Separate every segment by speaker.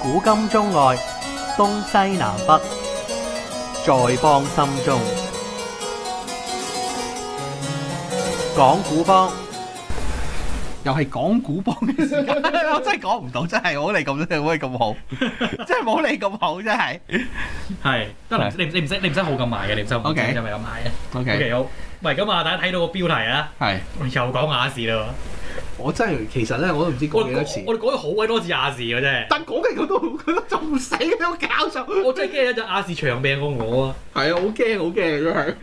Speaker 1: 古今中外，東西南北，在邦心中。講古邦，又係講古邦嘅時間，我真係講唔到，真係冇你咁，冇你咁好，真係冇你咁好，真係。
Speaker 2: 係，得啦，你唔你唔使你唔使好咁埋嘅，你唔使好
Speaker 1: OK
Speaker 2: 咁咪咁買啊。
Speaker 1: OK，
Speaker 2: OK 好，喂，咁啊，大家睇到個標題啊，
Speaker 1: 係，
Speaker 2: 又講亞視啦喎，
Speaker 1: 我真係其實咧，我都唔知
Speaker 2: 我
Speaker 1: 講幾多次
Speaker 2: 哋，我哋講咗好鬼多次亞視嘅真係。
Speaker 1: 但講嘅佢都佢都仲死，佢都搞錯。
Speaker 2: 我最驚一隻亞視長命過我 啊！
Speaker 1: 係啊，好驚，好驚真係。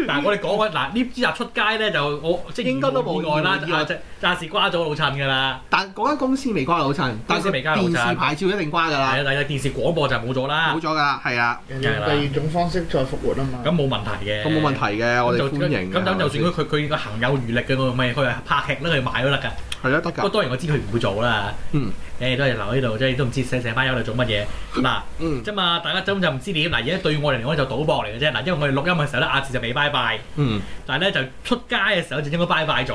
Speaker 2: 嗱，我哋講嘅嗱呢集出街咧就我即係
Speaker 1: 應該都冇
Speaker 2: 意外啦，啊
Speaker 1: 意外
Speaker 2: 亞視亞視瓜咗老襯㗎啦，
Speaker 1: 但嗰間公司未瓜老襯，但
Speaker 2: 公司
Speaker 1: 佢
Speaker 2: 未瓜老襯
Speaker 1: 電視牌照一定瓜㗎
Speaker 2: 係
Speaker 1: 啦
Speaker 2: 啊，，但係電視廣播就冇咗啦
Speaker 1: 冇，咗㗎啦，係啊，
Speaker 3: 用第二種方式再復活啊嘛。
Speaker 2: 咁冇問題嘅。
Speaker 1: 咁冇問。題嘅，我哋歡迎嘅。啊
Speaker 2: 咁咁就算佢佢佢行有餘力嘅，我咪佢係拍劇啦，佢買都得㗎。
Speaker 1: 係啊，得
Speaker 2: 不過
Speaker 1: 㗎，
Speaker 2: 當然我知佢唔會做啦。
Speaker 1: 嗯
Speaker 2: 誒都係留喺度，即係都唔知成成班友嚟做乜嘢。嗱，
Speaker 1: 嗯
Speaker 2: 啫嘛，大家根本就唔知點。嗱，而家對我嚟講就賭博嚟嘅啫。嗱，因為我哋錄音嘅時候咧，亞視就未拜拜，
Speaker 1: 嗯，
Speaker 2: 但係咧就出街嘅時候就應該拜拜咗。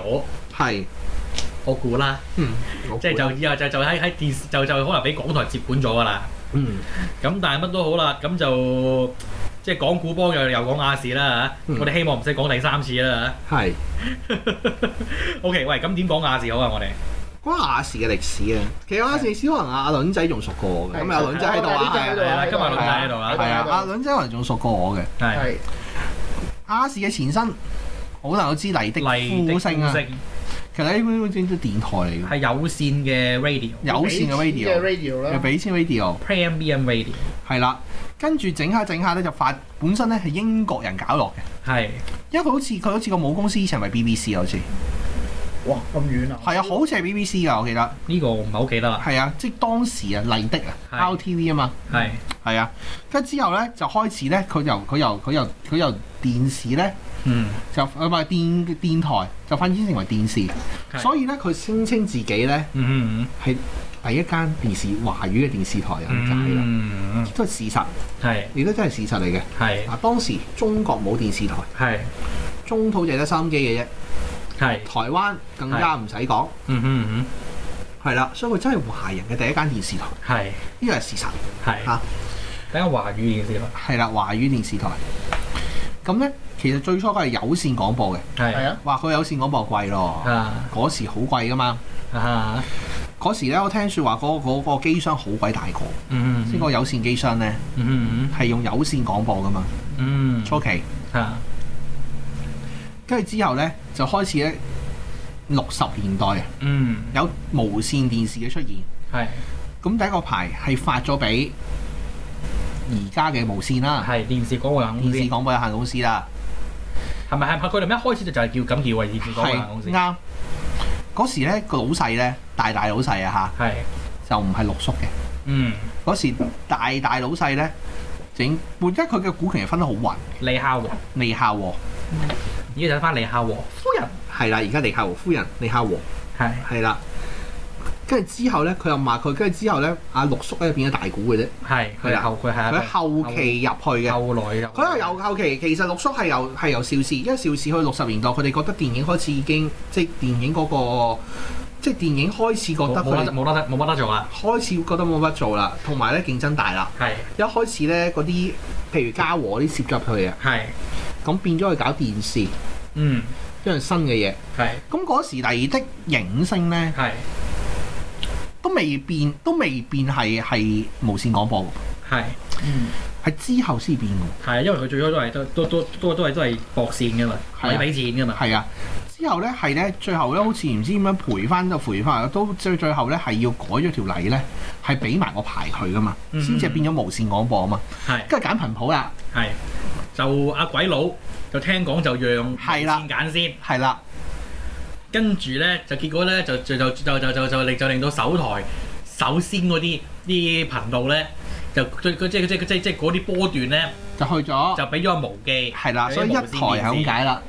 Speaker 1: 係，
Speaker 2: 我估啦，
Speaker 1: 嗯，
Speaker 2: 即係就以後就就喺喺電視就就可能俾港台接管咗㗎啦。
Speaker 1: 嗯
Speaker 2: 咁但係乜都好啦，咁就即係講古波又又講亞視啦嚇。
Speaker 1: 嗯
Speaker 2: 我哋希望唔使講第三次啦
Speaker 1: 係
Speaker 2: 嚇。OK，喂，咁點講亞視好啊？我哋
Speaker 1: 關於亞視嘅歷史啊。其實亞視史可能阿倫仔仲熟過我嘅，咁阿倫仔喺度啊，係啊
Speaker 2: 係啊今日倫
Speaker 1: 係
Speaker 2: 仔
Speaker 1: 啊
Speaker 2: 喺度
Speaker 3: à?
Speaker 2: 啊
Speaker 1: 係啊，阿倫仔可能仲熟過我嘅。
Speaker 2: 係
Speaker 3: 係
Speaker 1: 亞視嘅前身，好能有知麗的呼聲啊，其實呢啲都都電台嚟嘅，
Speaker 2: 係有線嘅 radio。
Speaker 1: 有線嘅 radio。
Speaker 3: radio
Speaker 1: 又
Speaker 3: 啦，
Speaker 1: 俾千 radio，
Speaker 2: Prem B M Radio
Speaker 1: 係啦，跟住整下整下咧就發，本身咧係英國人搞落嘅，
Speaker 2: 係
Speaker 1: 因為佢好似佢好似個母公司以前係咪 BBC 啊好似，
Speaker 3: 哇咁遠啊！
Speaker 1: 係啊，好似係 BBC 噶，我記得，
Speaker 2: 呢個我唔係好記得啦，
Speaker 1: 係啊，即係當時啊麗的啊
Speaker 2: 係
Speaker 1: RTV 啊嘛，
Speaker 2: 係
Speaker 1: 係啊，跟住之後咧就開始咧佢由佢由佢由佢由電視咧
Speaker 2: 嗯
Speaker 1: 就呃唔係電電台就發展成為電視，
Speaker 2: 係
Speaker 1: 所以咧佢聲稱自己咧
Speaker 2: 嗯
Speaker 1: 係第一間電視華語嘅電視台
Speaker 2: 嗯
Speaker 1: 咁解啦，
Speaker 2: 嗯
Speaker 1: 都係事實，
Speaker 2: 係
Speaker 1: 亦都真係事實嚟嘅。
Speaker 2: 係
Speaker 1: 嗱，當時中國冇電視台。
Speaker 2: 係
Speaker 1: 中土就係得收音機嘅啫，
Speaker 2: 係
Speaker 1: 台灣更加唔使講，
Speaker 2: 嗯嗯
Speaker 1: 係啦，所以佢真係華人嘅第一間電視台，
Speaker 2: 係
Speaker 1: 呢個係事實，
Speaker 2: 係
Speaker 1: 啊
Speaker 2: 等下華語電視
Speaker 1: 係啦，華語電視台。咁呢，其實最初佢係有線廣播嘅，
Speaker 2: 台
Speaker 3: 係啊，
Speaker 1: 話佢有線廣播貴
Speaker 2: 係
Speaker 1: 咯，
Speaker 2: 啊
Speaker 1: 嗰時好貴噶嘛，
Speaker 2: 啊
Speaker 1: 嗰時呢，我聽説話嗰嗰嗰個機箱好鬼大個，
Speaker 2: 嗯
Speaker 1: 即係個有線機箱呢，
Speaker 2: 嗯
Speaker 1: 係用有線廣播噶嘛，
Speaker 2: 嗯
Speaker 1: 初期，
Speaker 2: 啊
Speaker 1: 跟住之後呢，就開始呢，六十年代啊
Speaker 2: 嗯
Speaker 1: 有無線電視嘅出現。
Speaker 2: 係
Speaker 1: 咁第一個牌係發咗俾而家嘅無線啦，
Speaker 2: 係電視廣告有限公
Speaker 1: 電
Speaker 2: 司
Speaker 1: 視廣播有限公司啦，
Speaker 2: 係咪係咪佢哋一開始就就係叫咁叫嘅電視廣告有限公司
Speaker 1: 係啱。嗰時咧個老細咧大大老細啊
Speaker 2: 係
Speaker 1: 嚇，就唔係六叔嘅。
Speaker 2: 嗯
Speaker 1: 嗰時大大老細咧整，本一佢嘅股權係分得好勻，
Speaker 2: 李孝和
Speaker 1: 利孝和
Speaker 2: 而家就翻李孝和夫人
Speaker 1: 係啦，而家利孝和夫人利孝和
Speaker 2: 係
Speaker 1: 係啦。跟住之後咧，佢又罵佢，跟住之後咧，阿六叔咧變咗大股嘅啫，
Speaker 2: 係
Speaker 1: 係
Speaker 2: 佢
Speaker 1: 啊
Speaker 2: 後佢係
Speaker 1: 佢後期入去嘅。
Speaker 2: 後來啊就
Speaker 1: 佢係由後期，其實六叔係由係由邵氏，因為邵氏去六十年代，佢哋覺得電影開始已經即係電影嗰、個，即係電影開始覺
Speaker 2: 冇
Speaker 1: 得
Speaker 2: 冇
Speaker 1: 佢
Speaker 2: 得
Speaker 1: 哋
Speaker 2: 冇得冇乜得做啊啦
Speaker 1: 開始覺得冇乜做啦，同埋咧競爭大啦。
Speaker 2: 係
Speaker 1: 一開始咧嗰啲譬如嘉禾啲攝入去啊，
Speaker 2: 係
Speaker 1: 咁變咗去搞電視一
Speaker 2: 嗯
Speaker 1: 樣新嘅嘢。
Speaker 2: 係
Speaker 1: 咁嗰時嚟的影星咧
Speaker 2: 係
Speaker 1: 都未變，都未變係係無線廣播㗎，
Speaker 2: 係。
Speaker 3: 嗯，
Speaker 1: 係之後先變嘅。
Speaker 2: 係啊，因為佢最初都係都都都都都係都係博線噶嘛，
Speaker 1: 係啊
Speaker 2: 或者俾錢噶嘛。
Speaker 1: 係啊，之後咧係咧，最後咧好似唔知點樣賠翻就賠翻，都最最後咧係要改咗條例咧，係俾埋個牌佢噶嘛，
Speaker 2: 嗯
Speaker 1: 先至變咗無線廣播啊嘛，
Speaker 2: 係
Speaker 1: 跟住揀頻譜啊啦，
Speaker 2: 係，就阿鬼佬就聽講就讓
Speaker 1: 係啦
Speaker 2: 先揀先，
Speaker 1: 係啦，
Speaker 2: 跟住咧就結果咧就就就就就就就令就令到首台首先嗰啲啲頻道咧。就佢佢即係即係即係即係嗰啲波段咧，
Speaker 1: 就去咗，
Speaker 2: 就俾咗阿無記，
Speaker 1: 係啦，所以一台係咁解啦。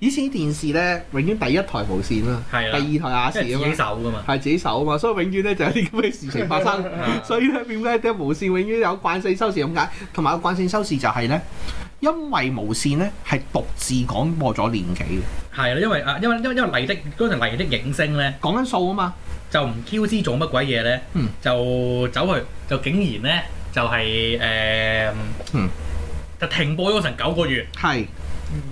Speaker 1: 以前啲電視咧，永遠第一台無線啦，第
Speaker 2: 係
Speaker 1: 二
Speaker 2: 啦
Speaker 1: 台亞
Speaker 2: 因
Speaker 1: 視啊
Speaker 2: 為自己
Speaker 1: 嘛，
Speaker 2: 手噶嘛。
Speaker 1: 係自己手啊嘛，所以永遠咧就有啲咁嘅事情發生。
Speaker 2: 啊
Speaker 1: 所以咧，點解啲無線永遠有慣性收視咁解？同埋個慣性收視就係咧，因為無線咧係獨自廣播咗年幾嘅，
Speaker 2: 係啦，因為啊，因為因為因為麗的嗰陣麗的影星咧，
Speaker 1: 講緊數啊嘛，
Speaker 2: 就唔 Q 知做乜鬼嘢咧
Speaker 1: 嗯，
Speaker 2: 就走去就竟然咧就係、誒，
Speaker 1: 嗯
Speaker 2: 就停播咗成九個月，
Speaker 1: 係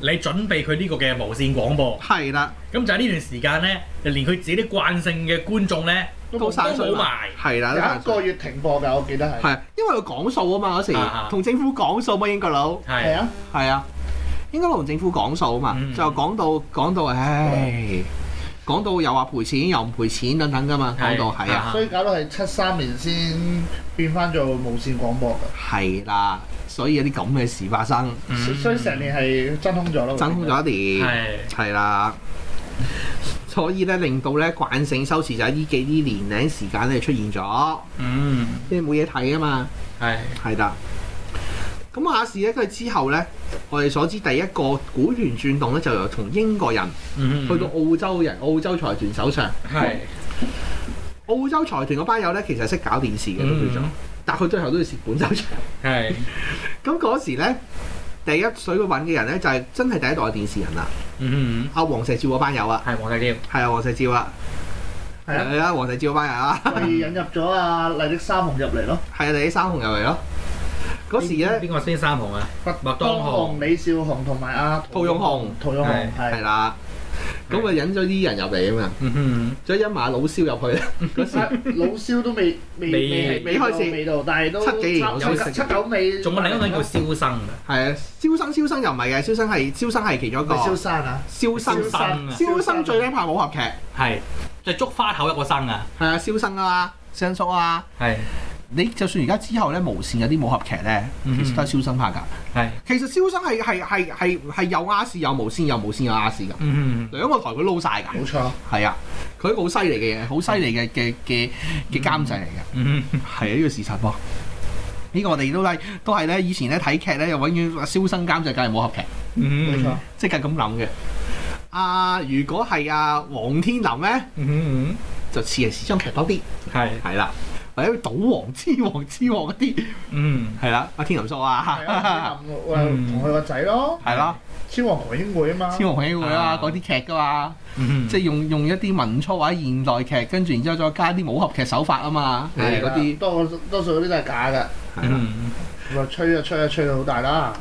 Speaker 2: 你準備佢呢個嘅無線廣播，
Speaker 1: 係啦，
Speaker 2: 咁就係呢段時間咧，就連佢自己啲慣性嘅觀眾咧
Speaker 3: 都
Speaker 1: 都
Speaker 3: 冇
Speaker 1: 散
Speaker 2: 都
Speaker 1: 水
Speaker 2: 冇埋
Speaker 1: 係啦，
Speaker 3: 有一個月停播㗎，我記得係。
Speaker 1: 係因為佢講數啊嘛嗰
Speaker 2: 啊啊
Speaker 1: 時，同政府講數嘛英國佬。
Speaker 3: 係
Speaker 2: 係
Speaker 3: 啊，
Speaker 1: 係啊，應該同政府講數啊嘛，
Speaker 2: 嗯
Speaker 1: 就講到講到，唉，講到又話賠錢又唔賠錢等等噶嘛，
Speaker 2: 係
Speaker 1: 講到係啊，
Speaker 2: 啊
Speaker 3: 所以搞到係七三年先變翻做無線廣播㗎，
Speaker 1: 係啦，所以有啲咁嘅事發生，
Speaker 2: 嗯
Speaker 3: 所以成年係真空咗咯。
Speaker 1: 真空咗一年，
Speaker 2: 係
Speaker 1: 係啦，所以咧令到咧慣性收視就喺呢幾呢年零時間咧出現咗，
Speaker 2: 嗯
Speaker 1: 因為冇嘢睇啊嘛，
Speaker 2: 係
Speaker 1: 係啦。咁亞視咧，佢之後咧，我哋所知第一個股權轉動咧，就由從英國人
Speaker 2: 嗯
Speaker 1: 去到澳洲人、澳洲財團手上。
Speaker 2: 係
Speaker 1: 澳洲財團嗰班友咧，其實係識搞電視嘅
Speaker 2: 嗯
Speaker 1: 都叫做，但係佢最後都要蝕本走出。
Speaker 2: 係
Speaker 1: 咁嗰時咧，第一水佢揾嘅人咧就係、真係第一代嘅電視人啦，
Speaker 2: 嗯
Speaker 1: 阿黃石照嗰班友啊，
Speaker 2: 係黃帝添
Speaker 1: 係啊黃石照啊，
Speaker 3: 係啊，
Speaker 1: 係啊黃石照嗰班人啊，
Speaker 3: 所以引入咗阿麗的三紅入嚟咯，
Speaker 1: 係啊你啲三紅又嚟咯。嗰時咧
Speaker 2: 邊個先三紅啊？麥當
Speaker 3: 紅、
Speaker 2: 雄
Speaker 3: 李少紅同埋阿
Speaker 1: 陶勇雄
Speaker 3: 陶勇雄
Speaker 2: 係
Speaker 1: 係
Speaker 3: 嗯係。
Speaker 1: 啦，咁啊引咗啲人入嚟啊嘛，
Speaker 2: 嗯
Speaker 1: 再一馬老蕭入去，
Speaker 3: 啊老蕭都未未
Speaker 2: 未
Speaker 1: 未開始
Speaker 3: 未到，但係都
Speaker 1: 七幾年
Speaker 3: 差唔
Speaker 1: 有
Speaker 3: 多
Speaker 1: 食
Speaker 3: 七九尾。
Speaker 2: 哼，仲有另一個人叫蕭生
Speaker 1: 係啊蕭生蕭生又唔係嘅，蕭生係蕭生係其中一個
Speaker 3: 咪蕭山啊，
Speaker 1: 蕭生
Speaker 2: 蕭，生啊
Speaker 1: 蕭生最叻拍武俠劇，係
Speaker 2: 嘅，係就係竹花頭一個生啊，
Speaker 1: 啊蕭生啊蕭叔啊。
Speaker 2: 係
Speaker 1: 你就算而家之後咧，無線有啲武俠劇咧，
Speaker 2: 嗯
Speaker 1: 其實都係蕭生拍㗎。
Speaker 2: 係
Speaker 1: 其實蕭生係係係係係有亞視有無線有無線有亞視㗎，
Speaker 2: 嗯
Speaker 1: 兩個台佢撈晒㗎。
Speaker 3: 冇錯。
Speaker 1: 係啊，佢一個好犀利嘅嘢，好犀利嘅嘅嘅嘅監製嚟嘅，
Speaker 2: 嗯
Speaker 1: 係啊呢個事實噃。呢個我哋都係都係咧，以前咧睇劇咧，又永遠蕭生監製梗係武俠劇，
Speaker 3: 冇
Speaker 2: 嗯
Speaker 3: 錯，
Speaker 1: 即係咁諗嘅。啊，如果係啊黃天林咧，
Speaker 2: 嗯
Speaker 1: 就似係時裝劇多啲，
Speaker 2: 係
Speaker 1: 係啦，或者賭王之王之王嗰啲，
Speaker 2: 嗯
Speaker 1: 係啦，阿天林叔啊
Speaker 3: 係。啊，我同佢個仔咯，
Speaker 1: 係啦，
Speaker 3: 超王群英會啊嘛，
Speaker 1: 超雄兄會啊，
Speaker 2: 啊
Speaker 1: 嗰啲劇噶嘛，
Speaker 2: 嗯
Speaker 1: 即係用用一啲民初或者現代劇，跟住然之後再加啲武俠劇手法啊嘛，係嗰啲
Speaker 3: 多多數嗰啲都係假嘅，
Speaker 1: 係啦。
Speaker 3: 咪吹啊吹啊吹到好大啦，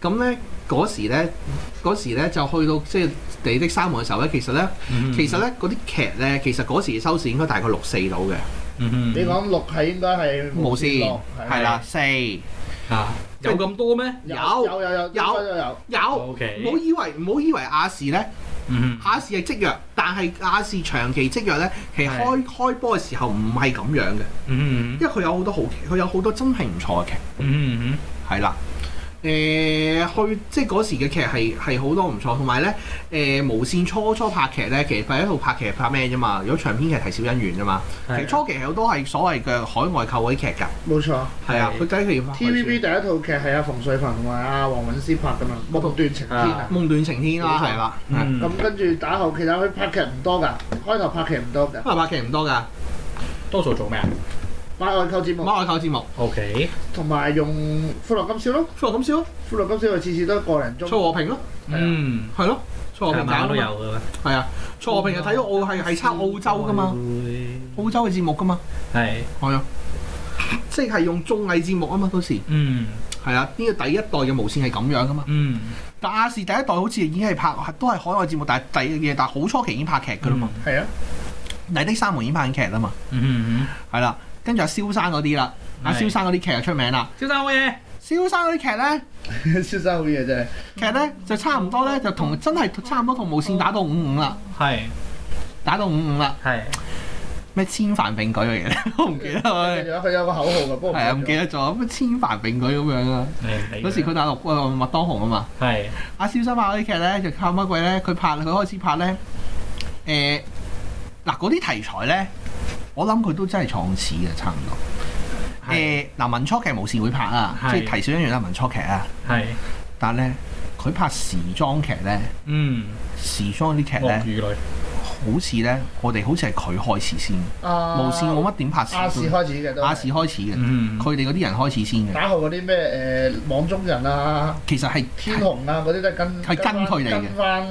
Speaker 1: 咁咧嗰時咧，嗰時咧就去到即係地的三門嘅時候咧，其實咧，其實咧嗰啲劇咧，其實嗰時收視應該大概六四到嘅，
Speaker 2: Ừ.
Speaker 3: 你講六係應該係
Speaker 1: 無線
Speaker 3: 落
Speaker 1: 係啦，嗯四
Speaker 2: 啊有咁多咩
Speaker 3: 有有有有有有，
Speaker 1: 有。
Speaker 2: ？OK，
Speaker 1: 唔好以為唔好以為亞視咧，
Speaker 2: 嗯
Speaker 1: 亞視係積弱，但係亞視長期積弱咧，其實開開波嘅時候唔係咁樣嘅，
Speaker 2: 嗯
Speaker 1: 因為佢有好多好劇，佢有好多真係唔錯嘅劇。
Speaker 2: 嗯
Speaker 1: 係啦。誒、去即係嗰時嘅劇係係好多唔錯，同埋咧誒無線初初拍劇咧，其實第一套拍劇係拍咩啫嘛？如果長篇劇係《小姻緣》啫嘛，其實初期係好多係所謂嘅海外購嗰啲劇㗎，
Speaker 3: 冇錯。
Speaker 1: 係啊，
Speaker 2: 係
Speaker 1: 佢第一期拍
Speaker 3: TVB 第一套劇係阿馮淬帆同埋阿黃韻詩拍㗎嘛，《目斷情天》啊
Speaker 1: 《夢斷晴天》啦，
Speaker 3: 冇錯
Speaker 1: 係啦，係
Speaker 2: 嗯
Speaker 3: 咁跟住打後，其實佢拍劇唔多㗎，開頭拍劇唔多㗎，
Speaker 1: 因為啊拍劇唔多㗎，
Speaker 2: 多數做咩啊
Speaker 3: 買外購節目，
Speaker 1: 馬外購節目，
Speaker 2: ？OK，
Speaker 3: 同埋用歡樂今宵咯，
Speaker 1: 歡樂今宵咯，
Speaker 3: 歡樂今宵佢次次都個零
Speaker 1: 蔡
Speaker 3: 鐘，
Speaker 1: 和平咯，
Speaker 2: 嗯，
Speaker 1: 係咯，蔡和平
Speaker 2: 晚
Speaker 1: 睇
Speaker 2: 都
Speaker 1: 都
Speaker 2: 有
Speaker 1: 有，
Speaker 2: 嘅。
Speaker 1: 係啊，蔡和平就睇到澳
Speaker 2: 嗯
Speaker 1: 係係測澳洲㗎嘛，澳洲嘅節目㗎嘛，
Speaker 2: 係，
Speaker 1: 係啊，即係用綜藝節目啊嘛，嗰時
Speaker 2: 嗯
Speaker 1: 係啊，呢個第一代嘅無線係咁樣㗎嘛。
Speaker 2: 嗯，
Speaker 1: 但亞視第一代好似已經係拍都係海外節目，但係第二嘢，但係好初期已經拍劇噶啦嘛，
Speaker 3: 係啊，
Speaker 1: 麗的三門已經拍緊劇啦嘛，
Speaker 2: 嗯，
Speaker 1: 係啦，跟住阿蕭生嗰啲啦，阿
Speaker 2: 係
Speaker 1: 蕭生嗰啲劇就出名啦。
Speaker 2: 蕭生好嘢，
Speaker 1: 蕭生嗰啲劇咧，
Speaker 3: 蕭生好嘢真係。
Speaker 1: 劇咧就差唔多咧，就同真係差唔多同無線打到五五啦，
Speaker 2: 係
Speaker 1: 打到五五啦，
Speaker 2: 係，
Speaker 1: 咩千帆並舉嚟嘅， 我唔記得咗，
Speaker 3: 佢有個口號㗎，不過
Speaker 1: 係啊，唔記得咗，咩千帆並舉咁樣啊。嗰時佢打落誒麥當雄啊嘛，
Speaker 2: 係
Speaker 1: 阿蕭生拍嗰啲劇咧就靠乜鬼咧？佢拍佢開始拍咧，誒嗱嗰啲題材咧，我諗佢都真係創始嘅，差唔多。誒
Speaker 2: 係
Speaker 1: 嗱，民初劇無線會拍啊，
Speaker 2: 係
Speaker 1: 即係提小姻緣啦，民初劇啊，
Speaker 2: 係，
Speaker 1: 但係咧佢拍時裝劇咧，
Speaker 2: 嗯，
Speaker 1: 時裝啲劇
Speaker 2: 黃
Speaker 1: 咧
Speaker 2: 嗯魚類，
Speaker 1: 好好似咧，我哋好似係佢開始先，
Speaker 3: 啊
Speaker 1: 無線冇乜點拍
Speaker 3: 亞視開始嗯嘅都係
Speaker 1: 亞視開始嘅，
Speaker 2: 嗯
Speaker 1: 佢哋嗰啲人開始先嘅，
Speaker 3: 打後嗰啲咩誒網中人啊、
Speaker 1: 其實係
Speaker 3: 天虹啊嗰啲都係跟
Speaker 1: 係跟佢哋嘅
Speaker 3: 跟翻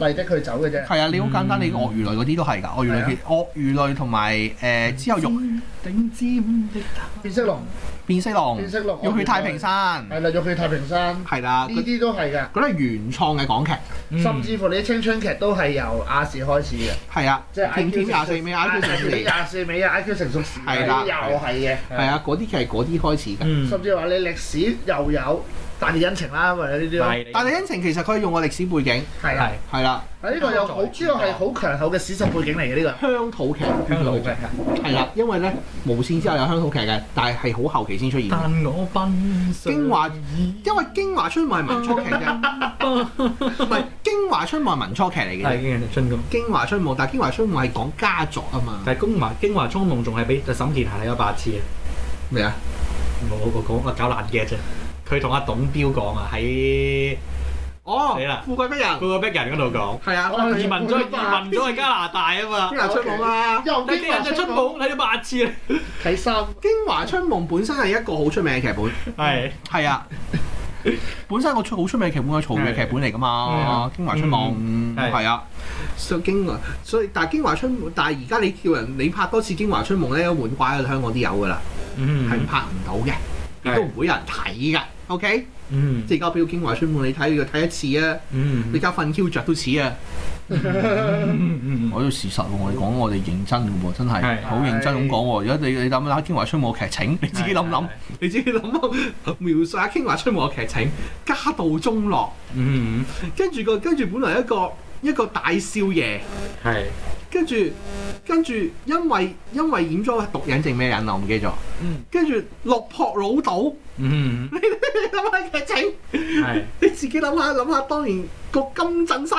Speaker 3: 麗的佢走嘅啫。
Speaker 1: 係啊，你好簡單，你鱷魚類嗰啲都係㗎，鱷魚類
Speaker 3: 嗯係啊
Speaker 1: 其鱷魚類同埋誒之後玉
Speaker 2: 頂尖的
Speaker 3: 變色龍
Speaker 1: 變色龍，
Speaker 3: 變色龍
Speaker 1: 要去太平山，
Speaker 3: 係啦，要去太平山呢
Speaker 1: 係啦，嗰
Speaker 3: 啲都係㗎，
Speaker 1: 嗰啲係原創嘅港劇，
Speaker 3: 甚至乎你啲青春劇都係由亞視開始嘅，
Speaker 1: 係啊，
Speaker 3: 即係
Speaker 1: 晴
Speaker 3: IQ
Speaker 1: 天廿四尾 IQ 成
Speaker 3: 成
Speaker 1: 嚟，
Speaker 3: 廿四尾啊，IQ 成熟時啊
Speaker 1: 係啦
Speaker 3: 又係嘅，
Speaker 1: 係啊，嗰啲係嗰啲開始嘅。
Speaker 2: 嗯
Speaker 3: 甚至話你歷史又有大地恩情啦，因為呢啲都
Speaker 2: 係
Speaker 1: 但係恩情其實佢係用個歷史背景，
Speaker 3: 係啦
Speaker 2: 係。
Speaker 1: 係啦，
Speaker 3: 嗱呢個有好，呢個係好強厚嘅史實背景嚟嘅呢個。
Speaker 1: 鄉土劇，
Speaker 2: 香港嘅，
Speaker 1: 係啦，因為咧無線之後有鄉土劇嘅，但係係好後期先出現嘅。
Speaker 2: 但我奔上
Speaker 1: 京華因為京華春夢係民初劇嘅， 唔係京華春夢係民初劇嚟嘅。
Speaker 2: 係京華春夢，
Speaker 1: 京華春夢，但係京華春夢係講家族啊嘛。
Speaker 2: 但係京華京華春夢仲係俾沈健行睇咗八次嘅。
Speaker 1: 咩啊？
Speaker 2: 冇我講我搞爛嘅啫。佢同阿董彪講啊，喺
Speaker 1: 哦
Speaker 2: 死啦，
Speaker 1: 富貴逼人，
Speaker 2: 嗰個逼人嗰度講，
Speaker 1: 係啊，
Speaker 3: 哦
Speaker 2: 移民咗移民咗去加拿大啊嘛
Speaker 1: 京。華春夢啊。
Speaker 3: 又
Speaker 2: 但係啲人就出冇睇咗八次啊咧。
Speaker 3: 睇衫，
Speaker 1: 京華春夢本身係一個好出名嘅劇本，
Speaker 2: 係
Speaker 1: 係啊，本身個出好出名嘅劇本係曹嘅劇本嚟噶嘛，《京華春夢》
Speaker 2: 係
Speaker 1: 係啊，嗯所以京華所以但係京華春夢，但係而家你叫人你拍多次《京華春夢》咧，換怪香港啲有噶啦，
Speaker 2: 嗯
Speaker 1: 係拍唔到嘅，亦都唔會有人睇噶。OK，
Speaker 2: 嗯
Speaker 1: 即係而家俾個《京華春夢》你睇，你就睇一次啊，
Speaker 2: 嗯
Speaker 1: 你而家瞓 Q 着都似啊，
Speaker 2: 嗯
Speaker 1: 我都事實喎，我哋講我哋認真嘅喎，真
Speaker 2: 係
Speaker 1: 係好認真咁講喎。如果你你諗下《京華春夢》嘅劇情，你自己諗諗。你自己諗下描述下《傾華春夢》嘅劇情，家道中落，
Speaker 2: 嗯
Speaker 1: 跟住個跟住本來一個一個大少爺，
Speaker 2: 係
Speaker 1: 跟住跟住因為因為染咗毒癮定咩癮啊，我唔記得咗。
Speaker 2: 嗯
Speaker 1: 跟住落魄老倒，
Speaker 2: 嗯
Speaker 1: 你諗下劇情，
Speaker 2: 係
Speaker 1: 你自己諗下諗下，當年個金振西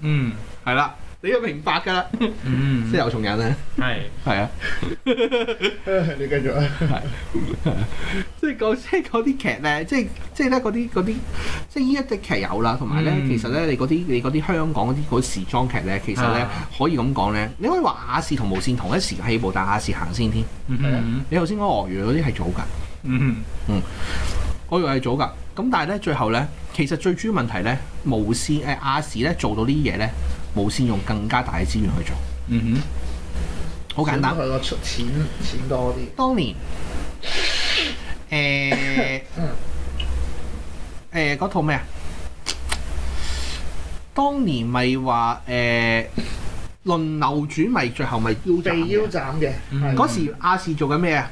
Speaker 2: 嗯
Speaker 1: 係啦，你就明白㗎啦，
Speaker 2: 嗯
Speaker 1: 即係有重人啊，
Speaker 2: 係
Speaker 1: 係啊。
Speaker 3: 你繼續啊。
Speaker 1: 即係嗰即係嗰啲劇咧，即係即係咧嗰啲嗰啲，即係依一啲劇有啦，同埋咧，
Speaker 2: 嗯
Speaker 1: 其實咧你嗰啲你嗰啲香港嗰啲嗰啲時裝劇咧，其實咧
Speaker 2: 啊
Speaker 1: 可以咁講咧，你可以話亞視同無線同一時間起步，但亞視行先添。
Speaker 2: 嗯
Speaker 1: 你頭先講鱷魚嗰啲係早㗎，
Speaker 2: 嗯
Speaker 1: 鱷魚係早㗎。咁但係咧最後咧，其實最主要問題咧，無線誒亞視咧做到呢啲嘢咧，無線用更加大嘅資源去做，
Speaker 2: 嗯
Speaker 1: 好簡單。
Speaker 3: 佢個出錢錢多啲。
Speaker 1: 當年誒誒嗰套咩啊？當年咪話誒輪流轉，咪最後咪腰斬
Speaker 3: 被腰
Speaker 1: 嘅。
Speaker 3: 斬嘅，
Speaker 2: 嗯
Speaker 3: 係
Speaker 1: 嗰時亞視做緊咩啊？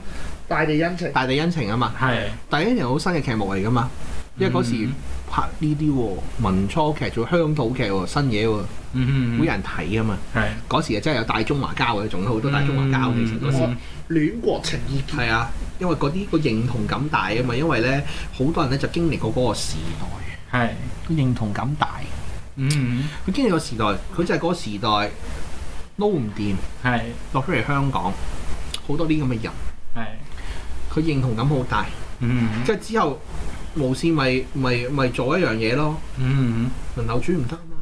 Speaker 3: 大地恩情，
Speaker 1: 大地恩情啊嘛，
Speaker 2: 係
Speaker 1: 大地恩情好新嘅劇目嚟噶嘛，因為嗰
Speaker 3: 嗯
Speaker 1: 時拍呢啲喎民初劇做鄉土劇喎新嘢喎，
Speaker 2: 嗯
Speaker 1: 會有人睇啊嘛。
Speaker 2: 係
Speaker 1: 嗰時啊真係有大中華膠嘅，仲有好多大中華膠嘅其實嗰時。
Speaker 3: 戀國情意結，
Speaker 1: 係啊，因為嗰啲個認同感大啊嘛，因為咧好多人咧就經歷過嗰個時代，
Speaker 2: 係
Speaker 1: 個認同感大，
Speaker 2: 嗯
Speaker 1: 佢經歷個時代，佢就係嗰個時代撈唔掂，
Speaker 2: 係
Speaker 1: 落咗嚟香港好多啲咁嘅人，
Speaker 2: 係
Speaker 1: 佢認同感好大，
Speaker 2: 嗯
Speaker 1: 即係之後無線咪咪咪做一樣嘢咯，
Speaker 2: 嗯
Speaker 1: 輪流轉唔得啊嘛，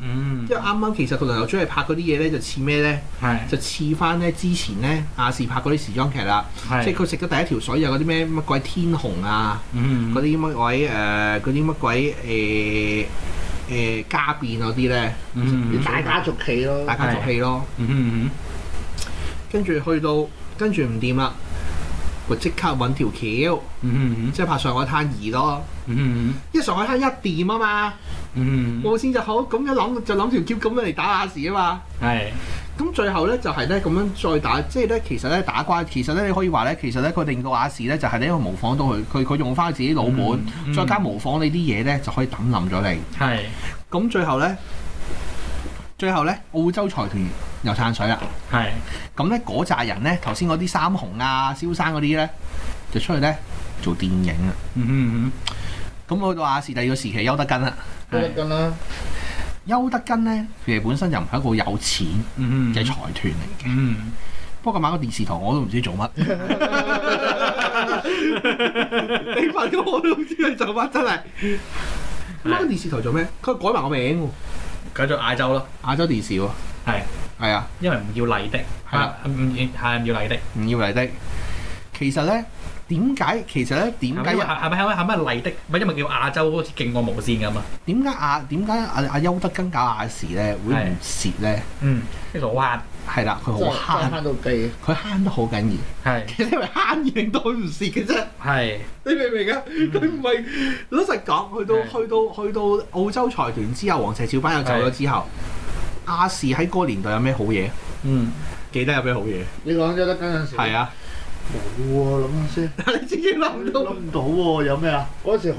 Speaker 2: 嗯
Speaker 1: 因為啱啱其實佢輪流轉係拍嗰啲嘢咧就似咩咧，
Speaker 2: 係
Speaker 1: 就似翻咧之前咧亞視拍嗰啲時裝劇啦，
Speaker 2: 係
Speaker 1: 即係佢食咗第一條水有嗰啲咩乜鬼天虹啊。
Speaker 2: 嗯
Speaker 1: 嗰啲乜鬼誒，嗰啲乜鬼誒誒家變嗰啲咧，
Speaker 2: 嗯
Speaker 3: 大家族企咯，
Speaker 1: 大家族戲咯，
Speaker 2: 嗯
Speaker 1: 跟住去到跟住唔掂啦，我即刻揾條橋，
Speaker 2: 嗯
Speaker 1: 即係拍上海灘二咯。
Speaker 2: 嗯
Speaker 1: 因為上海灘一掂啊嘛，
Speaker 2: 嗯
Speaker 1: 無線就好咁樣諗就諗條橋咁樣嚟打亞視啊嘛。
Speaker 2: 係
Speaker 1: 咁最後咧就係咧咁樣再打，即係咧其實咧打關，其實咧你可以話咧，其實咧佢令到亞視咧就係呢個模仿到佢，佢佢用翻自己老本，
Speaker 2: 嗯
Speaker 1: 再加模仿你啲嘢咧就可以抌冧咗你。
Speaker 2: 係
Speaker 1: 咁最後咧，最後咧，澳洲財團又撐水啦。
Speaker 2: 係
Speaker 1: 咁咧嗰扎人咧，頭先嗰啲三雄啊、蕭生嗰啲咧，就出去咧做電影啊。
Speaker 2: 嗯
Speaker 1: 咁去到亞視第二個時期，邱德根啦。
Speaker 3: 都得㗎啦。
Speaker 1: 邱德根咧，佢哋本身就唔係一個有錢
Speaker 2: 嗯
Speaker 1: 嘅財團嚟。
Speaker 2: 嗯
Speaker 1: 不過買個電視台我都唔知做乜。你問我我都唔知佢做乜，真係。買個電視台做咩？佢改埋個名喎，
Speaker 2: 繼續嗌走咯，
Speaker 1: 亞洲電視喎。
Speaker 2: 係
Speaker 1: 係啊，
Speaker 2: 因為唔要麗的，
Speaker 1: 係啦
Speaker 2: 啊唔係唔要麗的，
Speaker 1: 唔要嚟的。其實咧，點解其實咧點
Speaker 2: 嗯係啊咪
Speaker 1: 解
Speaker 2: 因為係咪係咪係咪麗的？唔係因為叫亞洲好似勁過無線咁啊！
Speaker 1: 點解阿點解阿阿邱德根搞亞視咧會唔蝕咧？
Speaker 2: 嗯，呢個好慳，
Speaker 1: 係啦，佢
Speaker 3: 真係
Speaker 1: 好
Speaker 3: 真係
Speaker 1: 慳，
Speaker 3: 慳到地。
Speaker 1: 佢慳得好緊要。
Speaker 2: 係
Speaker 1: 其實因為慳而令到佢唔蝕嘅啫。
Speaker 2: 係
Speaker 1: 你明唔明啊？佢唔係老實講，去到
Speaker 2: 係
Speaker 1: 去到去到澳洲財團之後，黃石小班又走咗之後，亞視喺嗰個年代有咩好嘢？
Speaker 2: 嗯
Speaker 1: 記得有咩好嘢？
Speaker 3: 你講咗得嗰陣時，
Speaker 1: 係啊，
Speaker 3: 冇喎，諗下先，
Speaker 1: 你自己諗唔
Speaker 3: 諗
Speaker 1: 到，
Speaker 3: 唔到喎，有咩啊？嗰陣時好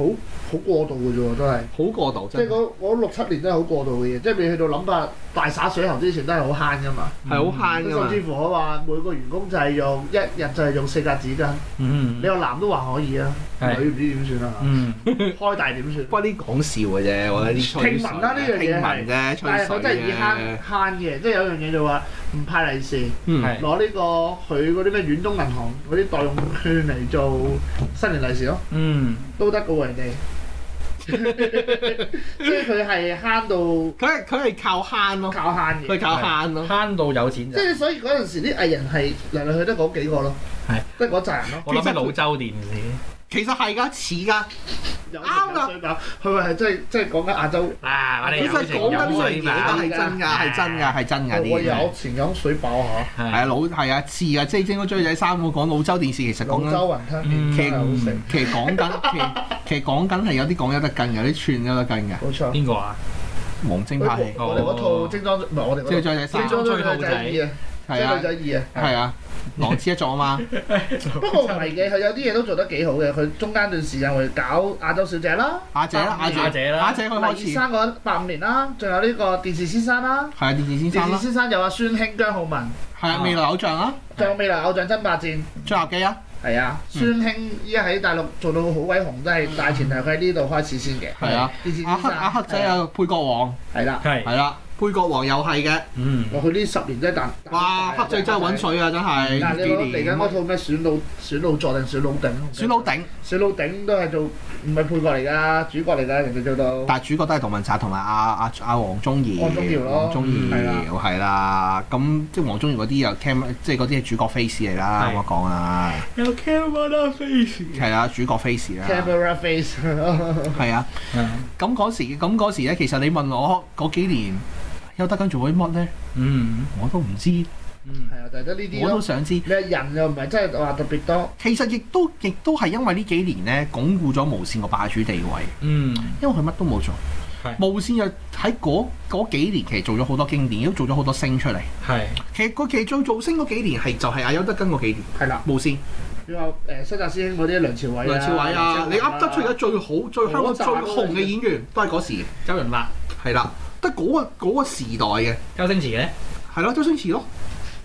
Speaker 3: 好過度嘅啫喎，都係。
Speaker 1: 好過度
Speaker 3: 即係
Speaker 1: 真係，
Speaker 3: 嗰嗰六七年都係好過度嘅嘢，即係未去到諗法大灑水喉之前都係好慳噶嘛。
Speaker 1: 係好慳㗎
Speaker 3: 甚
Speaker 1: 嘛
Speaker 3: 至。乎我話每個員工就係用一日就係用四格紙巾，
Speaker 2: 嗯
Speaker 3: 你個男都話可以啊，
Speaker 2: 係
Speaker 3: 女唔知點算啦，
Speaker 2: 嗯
Speaker 3: 開大點算
Speaker 1: 不？過呢講笑嘅啫，我覺得啲吹水
Speaker 3: 聽聞啦呢樣嘢
Speaker 1: 聽
Speaker 3: 係
Speaker 1: 聞啫，
Speaker 3: 但
Speaker 1: 吹
Speaker 3: 係佢真係
Speaker 1: 水
Speaker 3: 以慳
Speaker 1: 啫。
Speaker 3: 慳嘅，即係有樣嘢就話唔派利是，
Speaker 1: 嗯，
Speaker 2: 係
Speaker 3: 攞呢個佢嗰啲咩遠東銀行嗰啲代用券嚟做新年利是咯，
Speaker 2: 嗯
Speaker 3: 都得嘅喎 人哋。即係佢係慳
Speaker 1: 佢係佢係靠慳
Speaker 3: 到
Speaker 1: 咯，
Speaker 3: 靠慳
Speaker 1: 佢
Speaker 3: 嘅，
Speaker 1: 靠慳咯。
Speaker 2: 慳到有錢
Speaker 3: 即
Speaker 2: 就
Speaker 3: 係所以嗰陣時啲藝人係嚟嚟去去得嗰幾個咯，
Speaker 2: 係
Speaker 3: 得嗰扎人咯。
Speaker 2: 我諗起老州電視
Speaker 1: 其實係㗎，似㗎。
Speaker 3: 有
Speaker 1: 啱啦
Speaker 3: 水飽，佢咪係真係真係講緊亞洲。
Speaker 2: 啊，我哋
Speaker 1: 其實講
Speaker 2: 有
Speaker 1: 緊呢樣
Speaker 2: 情有水
Speaker 1: 嘢
Speaker 2: 嘛
Speaker 1: 都係真㗎，係真㗎，係真㗎呢
Speaker 3: 我
Speaker 1: 啲嘢係。
Speaker 3: 有前有水飽嚇，
Speaker 1: 係
Speaker 2: 係
Speaker 1: 啊，老係啊，似啊，即係《精英追仔三》我講老州電視，其實
Speaker 3: 老
Speaker 1: 講緊，
Speaker 3: 州雲吞麵真係好食，
Speaker 1: 其實講緊，其實其實講緊係有啲講有得近，有啲串有得近嘅。
Speaker 3: 冇錯。
Speaker 2: 邊個 啊？
Speaker 1: 王晶拍戲，
Speaker 3: 我我哋嗰套精裝唔係我哋
Speaker 1: 《精英
Speaker 3: 嗰套
Speaker 1: 追仔三
Speaker 3: 精》裝女仔二啊，
Speaker 1: 係啊
Speaker 3: 精裝女仔二啊。
Speaker 1: 係啊，狼之一作啊嘛，
Speaker 3: 不過唔係嘅，佢有啲嘢都做得幾好嘅。佢中間段時間會搞亞洲小姐啦，
Speaker 1: 阿姐啦，阿姐，
Speaker 2: 阿姐啦
Speaker 1: 阿姐佢開
Speaker 3: 黎
Speaker 1: 始
Speaker 3: 先生嗰八五年啦，仲有呢個電視先生啦，
Speaker 1: 係啊，電視先
Speaker 3: 電
Speaker 1: 生
Speaker 3: 視
Speaker 1: 啦，
Speaker 3: 先生有阿孫興、姜浩文，
Speaker 1: 係啊，未來偶像啦，
Speaker 3: 仲有未來偶像爭霸戰。
Speaker 1: 張立基啊，
Speaker 3: 係啊，孫興依家喺大陸做到好鬼紅，都係大前提佢喺呢度開始先嘅。
Speaker 1: 係啊，
Speaker 3: 電視先
Speaker 1: 阿
Speaker 3: 生
Speaker 1: 黑阿黑仔，啊，配角王
Speaker 3: 係啦，
Speaker 2: 係
Speaker 1: 係啦，配角王又係嘅，
Speaker 2: 嗯
Speaker 3: 哇！佢呢十年嗯真係大，
Speaker 1: 哇，黑仔真係揾。水啊，真
Speaker 3: 但係你攞
Speaker 1: 係幾
Speaker 3: 嚟緊
Speaker 1: 年
Speaker 3: 嗰套咩選老選老座定選老頂？
Speaker 1: 選老頂，
Speaker 3: 選老頂都係做唔係配角嚟㗎，主角嚟㗎，人哋做到。
Speaker 1: 但係主角都係杜汶澤同埋阿阿阿黃宗義，
Speaker 3: 黃宗耀咯
Speaker 1: 黃宗
Speaker 2: 嗯
Speaker 3: 係啦
Speaker 1: 耀係啦，咁即係黃宗耀嗰啲又 cam，即係嗰啲係主角 face 嚟啦，
Speaker 2: 係
Speaker 1: 咁我講啊，
Speaker 2: 有 camera face
Speaker 1: 係啦，主角 face 啦，
Speaker 3: Camera face，
Speaker 1: 係啊，
Speaker 2: 嗯
Speaker 1: 咁嗰時咁嗰時咧，其實你問我嗰幾年邱德根做咗啲乜咧，
Speaker 2: 嗯
Speaker 1: 我都唔知，
Speaker 2: 嗯
Speaker 3: 係啊，就係得呢啲
Speaker 1: 我都
Speaker 3: 咯。
Speaker 1: 想知。
Speaker 3: 你人又唔係真係話特別多，
Speaker 1: 其實亦都亦都係因為呢幾年咧，鞏固咗無線個霸主地位，
Speaker 2: 嗯
Speaker 1: 因為佢乜都冇做
Speaker 2: 係，
Speaker 1: 無線又喺嗰嗰幾年其實做咗好多經典，亦都做咗好多星出嚟。
Speaker 2: 係
Speaker 1: 其實個其中造星嗰幾年係就係阿邱德根嗰幾年，
Speaker 3: 係啦。
Speaker 1: 無線
Speaker 3: 你話誒新紮師兄嗰啲梁朝偉啊
Speaker 1: 梁朝偉啊，你噏得出而家最好、最香港
Speaker 3: 好
Speaker 1: 最
Speaker 3: 賺啊
Speaker 1: 紅嘅演員都係嗰時嘅，
Speaker 2: 周潤發、
Speaker 1: 係啦，得嗰個嗰個時代嘅，
Speaker 2: 周星馳咧，
Speaker 1: 係咯，周星馳咯，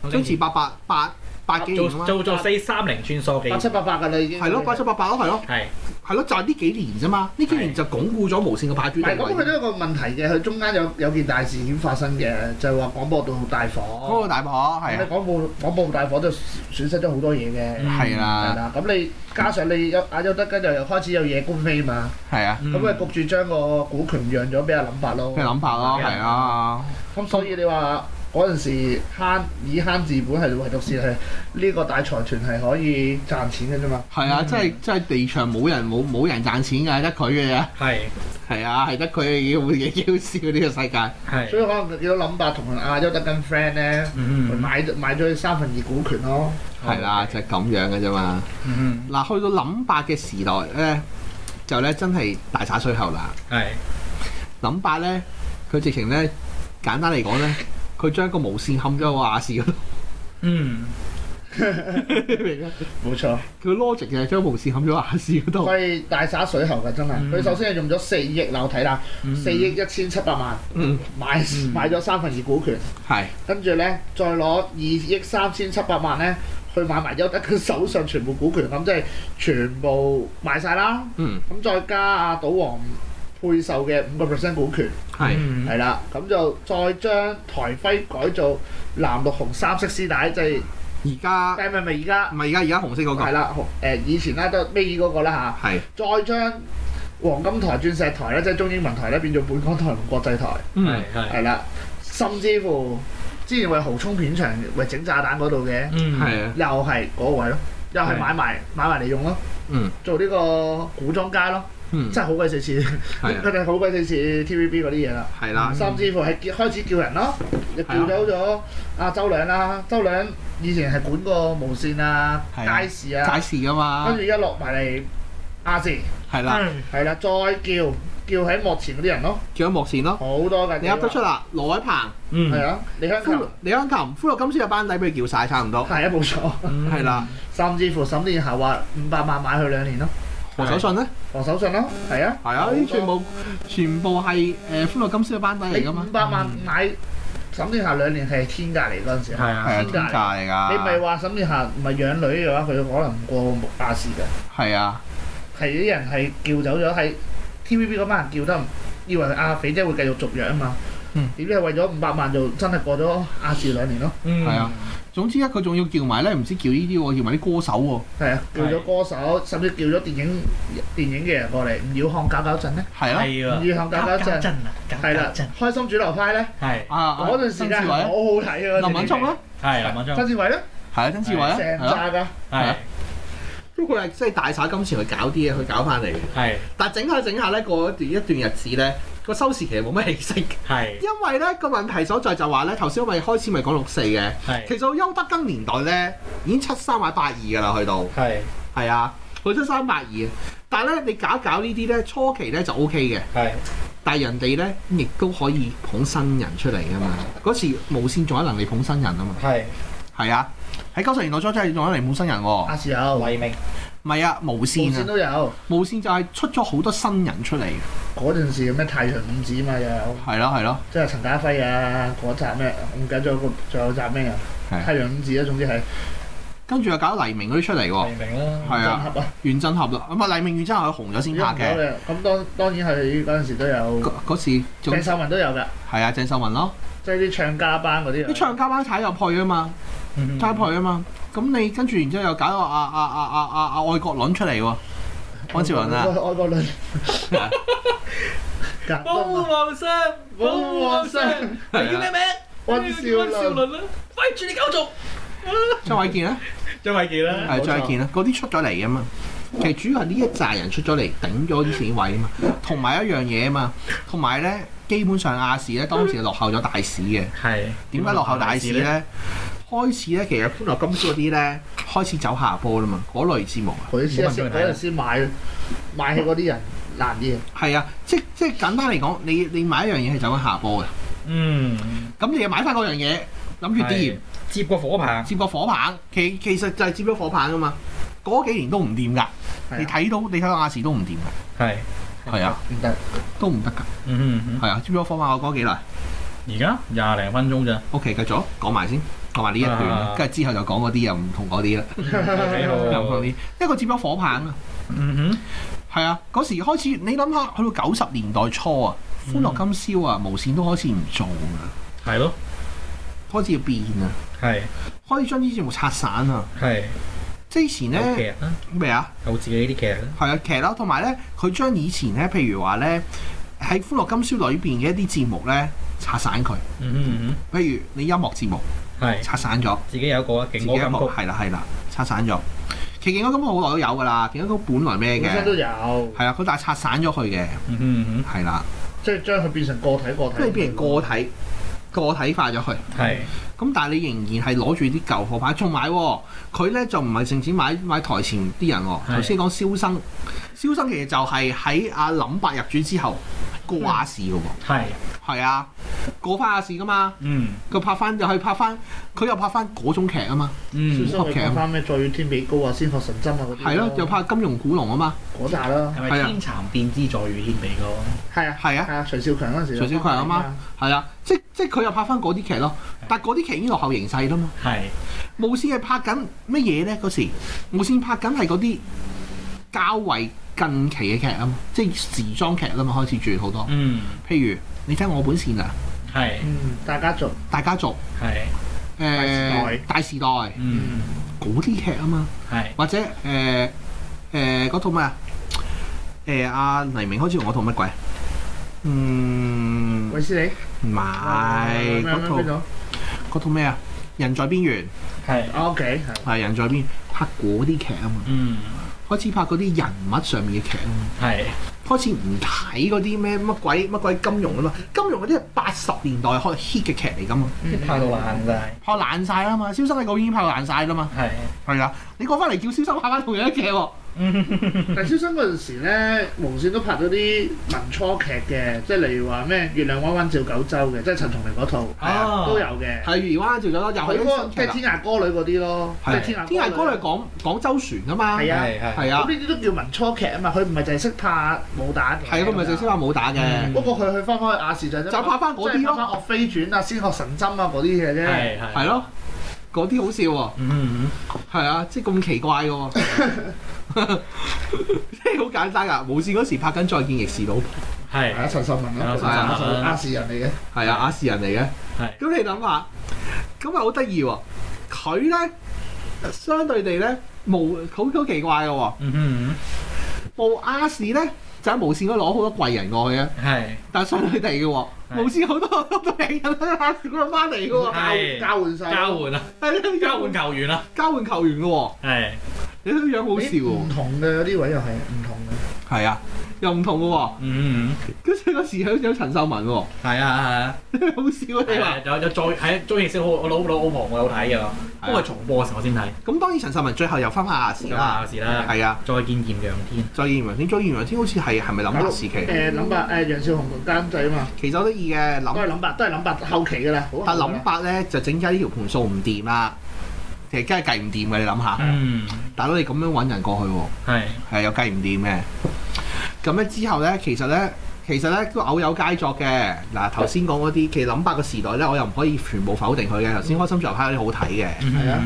Speaker 1: 周星馳八八八八幾年啊
Speaker 2: 做
Speaker 1: 嘛，
Speaker 2: 做做四三零穿梭
Speaker 3: 八七
Speaker 2: 機，
Speaker 3: 八八㗎啦已經。
Speaker 1: 係咯，八七八八咯，係咯，
Speaker 2: 係
Speaker 1: 係咯，就係呢幾年啫嘛，呢幾年
Speaker 2: 係
Speaker 1: 就鞏固咗無線嘅霸主
Speaker 3: 唔
Speaker 1: 地
Speaker 3: 係，咁佢
Speaker 1: 位。
Speaker 3: 都有個問題嘅，佢中間有有件大事件發生嘅，就係話廣播道大
Speaker 1: 嗰個
Speaker 3: 火。
Speaker 1: 大婆係
Speaker 3: 咁
Speaker 1: 啊
Speaker 3: 你廣播廣播道大火就損失咗好多嘢嘅，
Speaker 1: 嗯係啊
Speaker 3: 係
Speaker 1: 啦，
Speaker 3: 啦。咁你加上你有阿邱德根又又開始有夜官飛嘛，
Speaker 1: 係啊，
Speaker 3: 咁咪
Speaker 2: 嗯
Speaker 3: 焗住將個股權讓咗俾阿林伯咯。
Speaker 1: 咩諗法咯，
Speaker 2: 係啊
Speaker 1: 係啊，
Speaker 3: 咁所以你話嗰陣時慳以慳治本係唯獨是係呢個大財團係可以賺錢嘅啫嘛。
Speaker 1: 係啊，
Speaker 2: 嗯
Speaker 1: 即係即係地場冇人冇冇人賺錢㗎，得佢嘅啫。
Speaker 2: 係
Speaker 1: 係啊，係得佢要會嘅嬌笑呢個世界。
Speaker 3: 所
Speaker 2: 係
Speaker 3: 以可能見到林伯同阿邱德根 friend 咧，
Speaker 2: 嗯
Speaker 3: 買買咗佢三分二股權咯。
Speaker 1: 係啦，就係咁樣嘅啫嘛。
Speaker 2: 嗯
Speaker 1: 嗱，去到諗八嘅時代咧，就咧真係大灑水喉啦。
Speaker 2: 係
Speaker 1: 諗八咧，佢直情咧簡單嚟講咧，佢將個無線冚咗個亞視嗰 度，
Speaker 2: 嗯
Speaker 1: 明啊
Speaker 3: 冇錯。
Speaker 1: 佢 logic 就係將無線冚咗亞視嗰度。
Speaker 3: 所以大灑水喉嘅真係，
Speaker 2: 嗯
Speaker 3: 佢、首先係用咗四億樓睇啦，
Speaker 2: ừ.
Speaker 3: 四億一千七百萬
Speaker 1: 嗯，
Speaker 3: 買
Speaker 2: 嗯
Speaker 3: 買咗三分二股權，
Speaker 1: 係
Speaker 3: 跟住咧再攞二億三千七百萬咧去買埋優德佢手上全部股權，咁即係全部買晒啦。
Speaker 1: 嗯
Speaker 3: 咁再加阿賭王配售嘅五個 percent 股權，
Speaker 1: 係
Speaker 2: 嗯
Speaker 3: 係啦，咁就再將台徽改做藍綠紅三色絲帶，即係
Speaker 1: 而家
Speaker 3: 誒咪咪而家
Speaker 1: 唔係而家而家紅色嗰個
Speaker 3: 係啦，紅誒、以前啦都尾二嗰個啦嚇。
Speaker 1: 係
Speaker 3: 再將黃金台、鑽石
Speaker 1: Ừ.
Speaker 3: 台咧，即係中英文台咧，變做本港台同國際台，
Speaker 1: 嗯
Speaker 2: 係係
Speaker 3: 係啦。甚至乎之前為豪衝片場為整炸彈嗰度嘅，
Speaker 2: 嗯，
Speaker 1: 係啊，
Speaker 3: 又係嗰個位咯，又係
Speaker 2: 係
Speaker 3: 買埋買埋嚟用咯，
Speaker 1: 嗯
Speaker 3: 做呢個古裝街咯，
Speaker 1: 嗯，
Speaker 3: 真係好鬼死似，
Speaker 1: 係
Speaker 3: 佢
Speaker 1: 啊，
Speaker 3: 哋好鬼死似 TVB 嗰啲嘢啦。
Speaker 1: 係啦，
Speaker 3: 甚至乎係叫開始叫人咯，又叫
Speaker 1: 係
Speaker 3: 咗咗阿周亮啦。周亮以前係管過無線啊、
Speaker 1: 係啊
Speaker 3: 街市
Speaker 1: 解
Speaker 3: 啊，
Speaker 1: 事噶
Speaker 3: 跟
Speaker 1: 嘛
Speaker 3: 住，啊一落埋嚟亞視，
Speaker 1: 係啦，
Speaker 3: 係啦，再叫叫喺幕前嗰啲人咯，
Speaker 1: 仲有幕線咯，
Speaker 3: 好多㗎。
Speaker 1: 你噏得出啦，羅偉鵬、
Speaker 2: 嗯，
Speaker 3: 係啊，李香琴
Speaker 1: 歡李香琴、歡樂今宵嘅班底俾佢叫晒差唔多，
Speaker 3: 係啊，冇錯。
Speaker 2: 嗯
Speaker 1: 係啦，，
Speaker 3: 甚至乎沈殿霞話五百萬買佢兩年咯，
Speaker 1: 何守信咧，
Speaker 3: 黃守信咯，係啊，
Speaker 1: 係啊，呢啲全部全部係誒歡樂今宵嘅班底嚟
Speaker 3: 你
Speaker 1: 噶嘛
Speaker 3: 五，百萬
Speaker 2: 嗯
Speaker 3: 買沈殿霞兩年係天價嚟嗰陣時
Speaker 2: 係。啊，
Speaker 1: 係啊，
Speaker 3: 天
Speaker 1: 天
Speaker 3: 價
Speaker 1: 價嚟㗎，
Speaker 3: 你咪話沈殿霞唔係養女嘅話，佢可能唔過木亞視嘅。
Speaker 1: 係啊，
Speaker 3: 係啲人係叫走咗，係 TVB 嗰班人叫得唔，以為阿肥姐會繼續續約啊嘛。
Speaker 1: 嗯
Speaker 3: 點知係為咗五百萬就真係過咗亞視兩年咯，
Speaker 2: 嗯，
Speaker 1: 係啊，總之咧佢仲要叫埋咧，唔知叫呢啲喎，叫埋啲歌手喎，
Speaker 3: 係啊，叫咗歌手，甚至叫咗電影電影嘅人過嚟，吳耀漢搞搞震咧，
Speaker 1: 係啦，
Speaker 2: 係啊，
Speaker 3: 吳耀漢搞搞震，
Speaker 2: 真啊，搞
Speaker 3: 係啦
Speaker 2: 搞震，，
Speaker 3: 開心主流派咧，
Speaker 2: 係
Speaker 1: 啊啊，
Speaker 3: 嗰段時
Speaker 1: 曾
Speaker 3: 間
Speaker 1: 志偉
Speaker 3: 係好
Speaker 1: 呢
Speaker 3: 好睇啊，
Speaker 1: 林敏聰咧，
Speaker 2: 係林敏
Speaker 3: 曾
Speaker 2: 聰，
Speaker 3: 志偉咧，
Speaker 1: 係啊，曾志偉啊，
Speaker 3: 成
Speaker 1: 係啊
Speaker 3: 扎㗎，
Speaker 2: 係
Speaker 1: 不過佢係即係大灑金錢去搞啲嘢，去搞翻嚟嘅。
Speaker 2: 係
Speaker 1: 但整下整下咧，過一段一段日子咧，個收視其實冇乜氣息，
Speaker 2: 係
Speaker 1: 因為咧個問題所在就話咧，頭先我咪開始咪講六四嘅，
Speaker 2: 係
Speaker 1: 其實我邱德庚年代咧已經七三或八二㗎啦，去到
Speaker 2: 係
Speaker 1: 係啊，去七三八二。但係咧，你搞一搞呢啲咧，初期咧就 O K 嘅，
Speaker 2: 係
Speaker 1: 但係人哋咧亦都可以捧新人出嚟㗎嘛。嗰時無線仲有能力捧新人啊嘛，
Speaker 2: 係
Speaker 1: 係啊，喺九十年代初真係仲有能力捧新人喎，
Speaker 3: 亞視有，
Speaker 2: 黎明
Speaker 1: 唔係啊，無
Speaker 3: 無
Speaker 1: 線
Speaker 3: 線
Speaker 1: 啊，
Speaker 3: 都有，
Speaker 1: 無線就係出咗好多新人出嚟嘅，
Speaker 3: 嗰陣時咩太陽五子嘛又有。
Speaker 1: 係咯係咯。
Speaker 3: 即係陳家輝啊，嗰集咩？我唔記得咗個，仲有集咩啊？
Speaker 1: 係
Speaker 3: 太陽五子啊，總之係
Speaker 1: 跟住又搞黎明嗰啲出嚟喎，
Speaker 2: 黎明啦，
Speaker 1: 係啊，
Speaker 3: 真合啊！
Speaker 1: 袁振俠啦，咁啊黎明袁振俠佢紅咗先拍嘅，
Speaker 3: 嘅。咁當當然係嗰陣時都有，
Speaker 1: 嗰嗰時仲
Speaker 3: 鄭秀文都有㗎，
Speaker 1: 係啊鄭秀文咯，
Speaker 3: 即係啲啊唱家班嗰啲。
Speaker 1: 啲唱家班踩入去啊嘛，
Speaker 2: Ừ, 嗯
Speaker 1: 踩入去啊嘛，咁你跟住然之後又搞個啊啊啊啊啊啊愛國論出嚟喎，安兆 倫啊，
Speaker 3: 愛國論。 隔
Speaker 2: 保
Speaker 3: 啊東啊，
Speaker 2: 皇上，保皇上，你叫咩名？
Speaker 3: 温兆倫。
Speaker 2: 啦，快住你狗族，
Speaker 1: 張衛健啊，
Speaker 2: 張衛健啦，
Speaker 1: 係張衛健啊，嗰啲出咗嚟啊嘛。其實主要係呢一紮人出咗嚟頂咗啲錢位啊嘛，同埋一樣嘢啊嘛，同埋咧基本上亞視咧當時係落後咗大市嘅。
Speaker 2: 係
Speaker 1: 點解落後大市？咧？開始咧，其實歡樂今宵嗰啲咧開始走下坡啦嘛，嗰類節目啊，
Speaker 3: 佢先
Speaker 2: 冇問
Speaker 3: 先
Speaker 2: 佢
Speaker 3: 嗰陣先買買起嗰啲人難啲嘅，
Speaker 1: 係啊，即即簡單嚟講，你你買一樣嘢係走緊下坡嘅，
Speaker 2: 嗯，
Speaker 1: 咁你又買翻嗰樣嘢，諗住掂，
Speaker 2: 接個火棒，
Speaker 1: 接個火棒，其其實就係接咗火棒噶嘛，嗰幾年都唔掂㗎，
Speaker 3: 係啊
Speaker 1: 你睇到你睇到亞視都唔掂㗎，
Speaker 2: 係，
Speaker 1: 係啊，
Speaker 3: 唔得。
Speaker 1: 都唔得㗎，
Speaker 2: 嗯
Speaker 1: 係啊，接咗火棒我講幾耐
Speaker 2: 而家廿零分 鐘咋，
Speaker 1: ？OK，繼續講埋先，講埋呢一
Speaker 2: 啊
Speaker 1: 段，跟住之後就講嗰啲又唔同嗰啲啦，
Speaker 2: 幾
Speaker 1: 又
Speaker 2: 好
Speaker 1: 唔同啲，一個接咗火棒啊。
Speaker 2: 嗯哼，
Speaker 1: 係啊，嗰時開始，你諗下，去到九十年代初啊，《歡樂今宵》啊，無線都開始唔做啦，
Speaker 2: 係咯，
Speaker 1: 開始要變啊，
Speaker 2: 係
Speaker 1: 開始將啲節目拆散啊。
Speaker 2: 係
Speaker 1: 即係以前
Speaker 2: 有劇
Speaker 1: 咧
Speaker 2: 啦，
Speaker 1: 咩啊？
Speaker 2: 有自己啲劇啦，
Speaker 1: 係啊，劇啦，同埋咧，佢將以前咧，譬如話咧，喺《歡樂今宵》裏邊嘅一啲節目咧，拆散佢。
Speaker 2: 嗯哼
Speaker 1: 譬如你音樂節目
Speaker 2: 嗯哼，係
Speaker 1: 拆散咗，
Speaker 2: 自己有個啊勁
Speaker 1: 自己
Speaker 2: 歌
Speaker 1: 一
Speaker 2: 金
Speaker 1: 幕
Speaker 2: 曲，
Speaker 1: 係啦係啦，拆散咗。其實勁歌金曲好耐都有㗎啦，勁歌金曲本來咩
Speaker 3: 本身
Speaker 1: 嘅？
Speaker 3: 都有，
Speaker 1: 係啊，佢但係拆散咗佢嘅，
Speaker 2: 嗯哼嗯
Speaker 1: 係啦，
Speaker 3: 即係將佢變成個體個體。
Speaker 1: 即係變成個體個體化咗佢。
Speaker 2: 哼，係
Speaker 1: 咁但係你仍然係攞住啲舊貨牌，仲買喎。佢咧就唔係淨止買買台前啲人喎。
Speaker 2: 係
Speaker 1: 頭先講蕭生，蕭生其實就係喺阿林伯入主之後過亞視嘅喎。
Speaker 2: 係，
Speaker 1: 係啊，過翻亞視噶嘛，
Speaker 2: 嗯
Speaker 1: 佢拍翻又係拍翻，佢又拍翻嗰種劇啊嘛。
Speaker 2: 嗯
Speaker 3: 小，心佢講翻咩再天比高啊，先學神針啊嗰啲。
Speaker 1: 啊係咯，又拍《金融古龍》啊嘛。
Speaker 3: 嗰扎啦。
Speaker 2: 係
Speaker 1: 係
Speaker 2: 咪
Speaker 1: 啊
Speaker 2: 天蠶變之在雨天比咯？
Speaker 3: 係啊，
Speaker 1: 係啊
Speaker 3: 係啊，徐少強嗰陣時，
Speaker 1: 徐少強啊
Speaker 3: 哎
Speaker 1: 嘛，係啊，即即佢又拍翻嗰啲劇咯。但嗰啲劇已經落後形勢啦嘛。
Speaker 2: 係
Speaker 1: 無線係拍緊乜嘢咧？嗰時無線拍緊係嗰啲較為近期嘅劇啊嘛，即係時裝劇啦嘛，開始轉好多。
Speaker 2: 嗯
Speaker 1: 譬如你睇我本善良、
Speaker 2: 係
Speaker 3: 嗯，大家族，
Speaker 1: 大家族、
Speaker 2: 係
Speaker 1: 誒、大時代
Speaker 2: 嗯
Speaker 1: 嗰啲劇啊嘛，
Speaker 2: 係
Speaker 1: 或者誒誒嗰套咩啊？誒阿、黎明開始同我套乜鬼？嗯，
Speaker 3: 韋斯利，
Speaker 1: 唔係
Speaker 3: 咩咩
Speaker 1: 嗰
Speaker 3: 邊
Speaker 1: 套
Speaker 3: 度？
Speaker 1: 嗰套咩啊？人在邊緣
Speaker 2: 係，
Speaker 3: O K，係
Speaker 1: 係人在邊緣拍嗰啲劇啊嘛，
Speaker 2: 嗯，
Speaker 1: 開始拍嗰啲人物上面嘅劇啊嘛，
Speaker 2: 係，
Speaker 1: 開始唔睇嗰啲咩乜鬼乜鬼金融啊嘛，金融嗰啲係八十年代開 hit 嘅劇嚟噶嘛，
Speaker 2: 啲拍到爛晒，
Speaker 1: 拍爛晒啦嘛，《消失喺嗰邊》已經拍爛晒啦嘛，
Speaker 2: 係，
Speaker 1: 係啊，你講翻嚟叫《消失》拍翻同樣嘅劇喎，
Speaker 3: 但係《超生》嗰陣時咧，無線都拍咗啲民初劇嘅，即係例如話咩《月亮彎彎照九州》嘅，即係陳松伶嗰套
Speaker 1: 係啊
Speaker 3: 都有嘅。
Speaker 1: 係如灣做咗又
Speaker 3: 佢
Speaker 1: 係
Speaker 3: 嗰
Speaker 1: 啲
Speaker 3: 個
Speaker 1: 新
Speaker 3: 即
Speaker 1: 劇
Speaker 3: 係
Speaker 1: 啦
Speaker 3: 《天涯歌女》嗰啲咯，即
Speaker 1: 係
Speaker 3: 係《天涯
Speaker 1: 天涯歌女
Speaker 3: 女》
Speaker 1: 講講周旋噶嘛，
Speaker 3: 係啊
Speaker 2: 係係
Speaker 1: 係啊
Speaker 3: 咁，呢啲都叫民初劇啊嘛，佢唔係淨係識拍武打嘅。
Speaker 1: 係啊，佢咪就先話冇打嘅
Speaker 2: 嗯。
Speaker 3: 不過佢去翻開亞視就就
Speaker 1: 就拍返嗰啲咯
Speaker 3: 拍翻《岳飛傳》啊，《仙鶴神針》啊嗰啲嘢啫。
Speaker 2: 係，
Speaker 1: 係
Speaker 2: 係，
Speaker 1: 咯，嗰啲好笑喎、
Speaker 2: 嗯，
Speaker 1: 係啊，即係咁奇怪嘅 喎、 即係好簡單㗎。無線嗰時拍緊《再見亦是老婆
Speaker 2: 係
Speaker 3: 係，啊，陳秀文
Speaker 2: 係啊
Speaker 3: 咯，
Speaker 2: 陳
Speaker 3: 陳
Speaker 2: 秀
Speaker 3: 秀
Speaker 1: 文啊
Speaker 3: 文亞視人嚟嘅。》，
Speaker 1: 係啊，亞視人嚟嘅。
Speaker 2: 係，
Speaker 1: 咁你諗下，咁啊好得意喎。佢咧相對地咧，無好好奇怪嘅喎、
Speaker 2: 嗯，
Speaker 1: 無亞視咧就喺無線嗰度攞好多貴人過去嘅，啊
Speaker 2: 係，
Speaker 1: 但係相對地嘅喎，
Speaker 2: 係
Speaker 1: 無線好多好多靚人喺亞視嗰度翻嚟嘅喎，
Speaker 2: 係
Speaker 3: 交換啊晒，
Speaker 2: 交換啦，啊
Speaker 1: 係
Speaker 2: 交換球員啦，啊
Speaker 1: 交換球員嘅喎，
Speaker 2: 係，
Speaker 1: 你都樣好笑
Speaker 3: 咦唔
Speaker 1: 喎。
Speaker 3: 同嘅呢位又係唔同嘅。
Speaker 1: 係啊，又唔同嘅喎。
Speaker 2: 嗯，
Speaker 1: 跟住嗰時佢有陳秀文喎、
Speaker 2: 係啊，係啊。
Speaker 1: 好笑啊！你話
Speaker 2: 係有有再係中意識好我老老老婆我有睇嘅，不過係重播嘅時候我先睇。
Speaker 1: 咁當然陳秀文最後又翻返亞視
Speaker 2: 咁
Speaker 1: 啦
Speaker 2: 啊，，事啦，
Speaker 1: 係啊，
Speaker 2: 再見豔陽天。
Speaker 1: 再見楊天，再見楊天好似係係咪諗白時期？
Speaker 3: 誒諗白誒楊少雄同監製啊嘛，
Speaker 1: 其實好得意嘅
Speaker 3: 都係
Speaker 1: 諗，
Speaker 3: 諗白，都係諗白後期㗎啦。好後
Speaker 1: 但
Speaker 3: 㗎
Speaker 1: 諗
Speaker 3: 啦
Speaker 1: 法咧就整緊呢條盤數唔掂啦，其實梗係計唔掂嘅，你諗下，
Speaker 2: 嗯，
Speaker 1: 大佬你咁樣揾人過去喎，
Speaker 2: 係
Speaker 1: 係又計唔掂嘅。咁咧之後咧，其實咧。其實咧都偶有佳作嘅，嗱頭先講嗰啲，其實諗白個時代咧，我又唔可以全部否定佢嘅。頭先開心上派嗰啲好睇嘅，
Speaker 3: 係啊，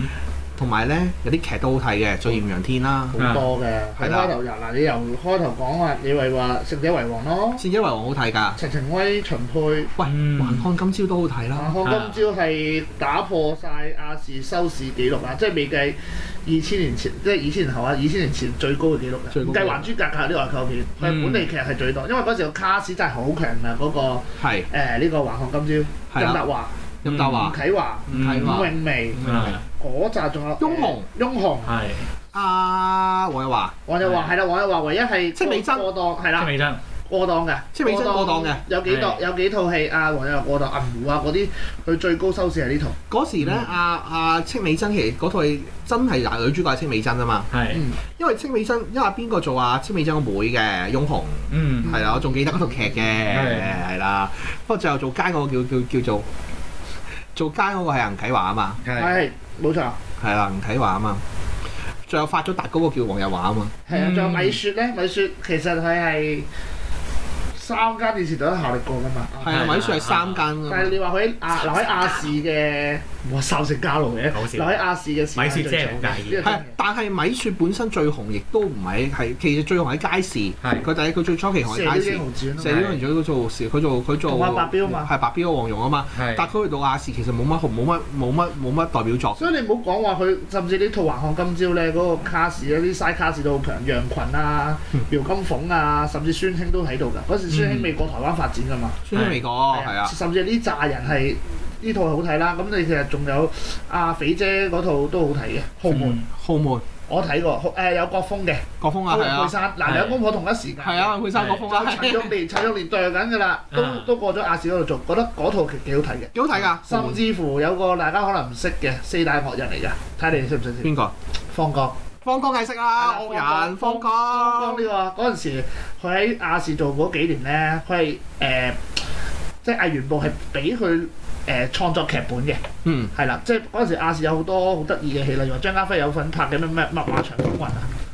Speaker 1: 同埋咧有啲劇都好睇嘅，《醉艷陽天》啦，
Speaker 3: 好多嘅。
Speaker 1: 係
Speaker 3: 喺
Speaker 1: 啦
Speaker 3: 開頭由嗱，你由開頭講話，你為話勝者為王咯
Speaker 1: 《，善者為王》好睇㗎。
Speaker 3: 陳情威、秦沛、
Speaker 1: 喂，
Speaker 2: 嗯
Speaker 1: 還看今朝都好睇
Speaker 3: 啊
Speaker 1: 啦，
Speaker 3: 我今朝係打破晒亞視收視紀錄啊！即係未計二千年前，即係二千年後啊，二千年前最高嘅紀錄
Speaker 1: 最
Speaker 3: 嘅，
Speaker 1: 高
Speaker 3: 唔
Speaker 1: 嘅
Speaker 3: 計《還珠格格》呢啲外購片，但係
Speaker 2: 嗯
Speaker 3: 本地劇係最多，因為嗰時個卡士真係好強啊！嗰個
Speaker 1: 係
Speaker 3: 誒呃呢個《橫看今
Speaker 1: 係
Speaker 3: 朝》，
Speaker 1: 啦啊
Speaker 3: 任達華、
Speaker 1: 任達
Speaker 3: 吳
Speaker 1: 華、
Speaker 3: 啟華、
Speaker 2: 嗯
Speaker 1: 啟華
Speaker 3: 伍永薇
Speaker 2: 啊
Speaker 3: 嗰扎，仲有
Speaker 1: 翁虹、
Speaker 3: 誒翁虹、
Speaker 2: 係
Speaker 1: 阿黃日華，
Speaker 3: 黃日華係啦，黃日華唯一係
Speaker 1: 戚美珍
Speaker 3: 過檔係
Speaker 2: 戚
Speaker 3: 啦，
Speaker 2: 美珍
Speaker 3: 過檔嘅，
Speaker 1: 戚美珍過檔嘅，
Speaker 3: 有幾
Speaker 2: 係
Speaker 3: 檔有幾套戲啊，黃日華過檔銀狐啊嗰啲，佢最高收視係呢套。
Speaker 1: 嗰時咧，
Speaker 2: 嗯
Speaker 1: 阿阿戚美珍其實嗰套戲真係男女主角係戚美珍啊嘛，
Speaker 2: 係
Speaker 3: 嗯，
Speaker 1: 因為戚美珍因為邊個做啊戚美珍個妹嘅翁虹，
Speaker 2: 嗯
Speaker 3: 嗯
Speaker 1: 係啦，我仲記得嗰套劇嘅，
Speaker 2: 係
Speaker 1: 係啦，不過最後做奸嗰個叫叫叫做做奸嗰個係吳啟華啊嘛，
Speaker 2: 係
Speaker 3: 係冇錯。
Speaker 1: 係啦，吳啟華啊嘛，最後發咗達嗰個叫黃日華啊嘛，
Speaker 3: 係啊，
Speaker 2: 嗯
Speaker 3: 仲有米雪咧，米雪其實佢係三間電視台都效力過噶嘛。
Speaker 1: 係啊，
Speaker 2: 係啊
Speaker 1: 米雪係三間啊嘛
Speaker 3: 但係你話佢喺亞留喺亞視嘅，哇收成家奴嘅，
Speaker 2: 好笑
Speaker 3: 留喺亞視嘅時間
Speaker 2: 米雪
Speaker 3: 最長
Speaker 2: 真係好介意
Speaker 3: 呢個真
Speaker 1: 係
Speaker 3: 係，
Speaker 1: 但係米雪本身最紅，亦都唔係係其實最紅喺街市。
Speaker 2: 係
Speaker 1: 佢第一佢最初期紅
Speaker 3: 射
Speaker 1: 喺街
Speaker 3: 雕英
Speaker 1: 市。
Speaker 3: 雄傳啊嘛
Speaker 1: 射雕英雄傳佢做時，佢做佢做
Speaker 3: 同阿白彪嘛
Speaker 1: 係白彪黃蓉啊嘛。
Speaker 2: 係
Speaker 1: 但佢去到亞視其實冇乜紅，冇乜冇乜冇乜代表作。
Speaker 3: 所以你唔好講話佢，甚至呢套《橫看今朝》咧，嗰個卡士咧，啲嘥卡士都好強，楊群啊、
Speaker 1: 嗯
Speaker 3: 姚金鳳啊，甚至孫興都喺度㗎。嗰時孫興未過台灣發展㗎嘛。
Speaker 1: 孫興未講係啊，
Speaker 3: 甚至呢扎人係呢套好睇啦。咁你其實仲有阿肥姐嗰套都好睇嘅，《豪門》
Speaker 2: 嗯
Speaker 1: 浩門
Speaker 3: 我睇過，誒、有國風嘅，
Speaker 1: 國風啊，係
Speaker 3: 高佩
Speaker 1: 啊，
Speaker 3: 珊，
Speaker 2: 係
Speaker 3: 嗱兩公婆同一時間，
Speaker 1: 係，啊，佩珊國風啊，
Speaker 3: 陳玉 蓮，陳玉蓮對緊㗎啦，
Speaker 2: 啊
Speaker 3: 都都過咗亞視嗰度做，覺得嗰套劇幾好睇嘅。
Speaker 1: 幾好睇㗎。
Speaker 3: 甚至乎有個大家可能唔識嘅四大惡人嚟㗎，睇你識唔識先。
Speaker 1: 邊個？
Speaker 3: 方剛，
Speaker 1: 方剛解釋啊，
Speaker 3: 係
Speaker 1: 惡
Speaker 3: 啦
Speaker 1: 人方
Speaker 3: 方
Speaker 1: 剛
Speaker 3: 方剛。呢個嗰陣時，佢喺亞視做嗰幾年咧，佢係誒，呃即係藝員部係俾佢誒創作劇本嘅。
Speaker 1: 嗯，
Speaker 3: 係啦，即係嗰陣時亞視有好多好得意嘅戲，例如話張家輝有份拍嘅咩咩《麥馬長風雲》啊，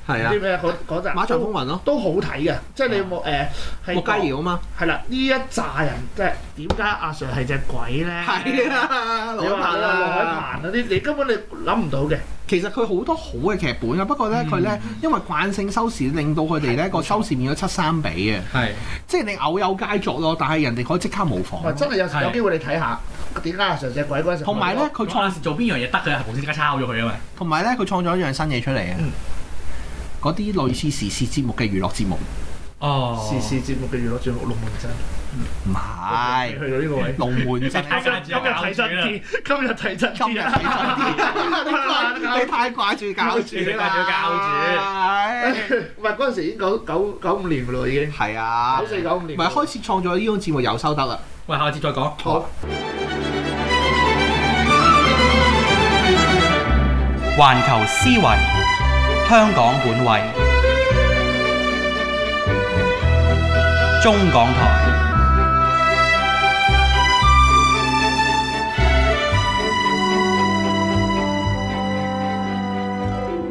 Speaker 1: 係
Speaker 3: 唔
Speaker 1: 啊
Speaker 3: 知，咩嗰嗰集
Speaker 1: 馬場風雲咯，
Speaker 3: 都好睇嘅，即係你有
Speaker 1: 啊
Speaker 3: 冇誒係
Speaker 1: 莫嘉瑤啊嘛，
Speaker 3: 係啦，呢一紮人即係點解阿 Sir 係隻鬼咧？
Speaker 1: 係 啊，
Speaker 3: 你
Speaker 1: 羅一拍
Speaker 3: 話你話羅海
Speaker 1: 啊。
Speaker 3: 鵬嗰啲，你根本你諗唔到嘅，
Speaker 1: 其實佢好多好嘅劇本啊，不過咧
Speaker 2: 嗯
Speaker 1: 佢咧因為慣性收視，令到佢哋咧個收視變咗七三比啊，
Speaker 2: 係
Speaker 1: 即係你偶有佳作咯，但係人哋可以即刻模仿
Speaker 3: 喂，。哦真係有時
Speaker 2: 係
Speaker 3: 有機會你睇下點解阿 Sir 隻鬼嗰陣時。
Speaker 1: 同埋咧，佢
Speaker 2: 佢
Speaker 1: 創
Speaker 2: 創時做邊樣嘢得嘅，無線即刻抄咗佢啊嘛。
Speaker 1: 同埋咧，佢創咗一樣新嘢出嚟啊
Speaker 3: 嗯！
Speaker 1: 嗰啲類似時事節目嘅娛樂節目，
Speaker 2: 哦
Speaker 3: 哦時事節目嘅娛樂節目《龍門陣》，
Speaker 1: 唔係
Speaker 3: 去到呢個位。
Speaker 1: 龍門陣
Speaker 2: 太
Speaker 1: 係
Speaker 2: 介
Speaker 3: 今
Speaker 2: 意
Speaker 3: 日今日睇真啲，今日睇真
Speaker 1: 今日
Speaker 3: 啲
Speaker 1: 睇真
Speaker 3: 啊！
Speaker 1: 啲，你太 你太掛住教主啦，教主
Speaker 3: 唔係嗰陣時已經九九九五年噶咯，已經
Speaker 1: 係啊
Speaker 3: 九，四九五
Speaker 1: 唔
Speaker 3: 年。
Speaker 1: 係開始創作呢種節目又收得啦。
Speaker 2: 喂，下次再講。
Speaker 3: 好。
Speaker 4: 環球思維，香港本位，中港台。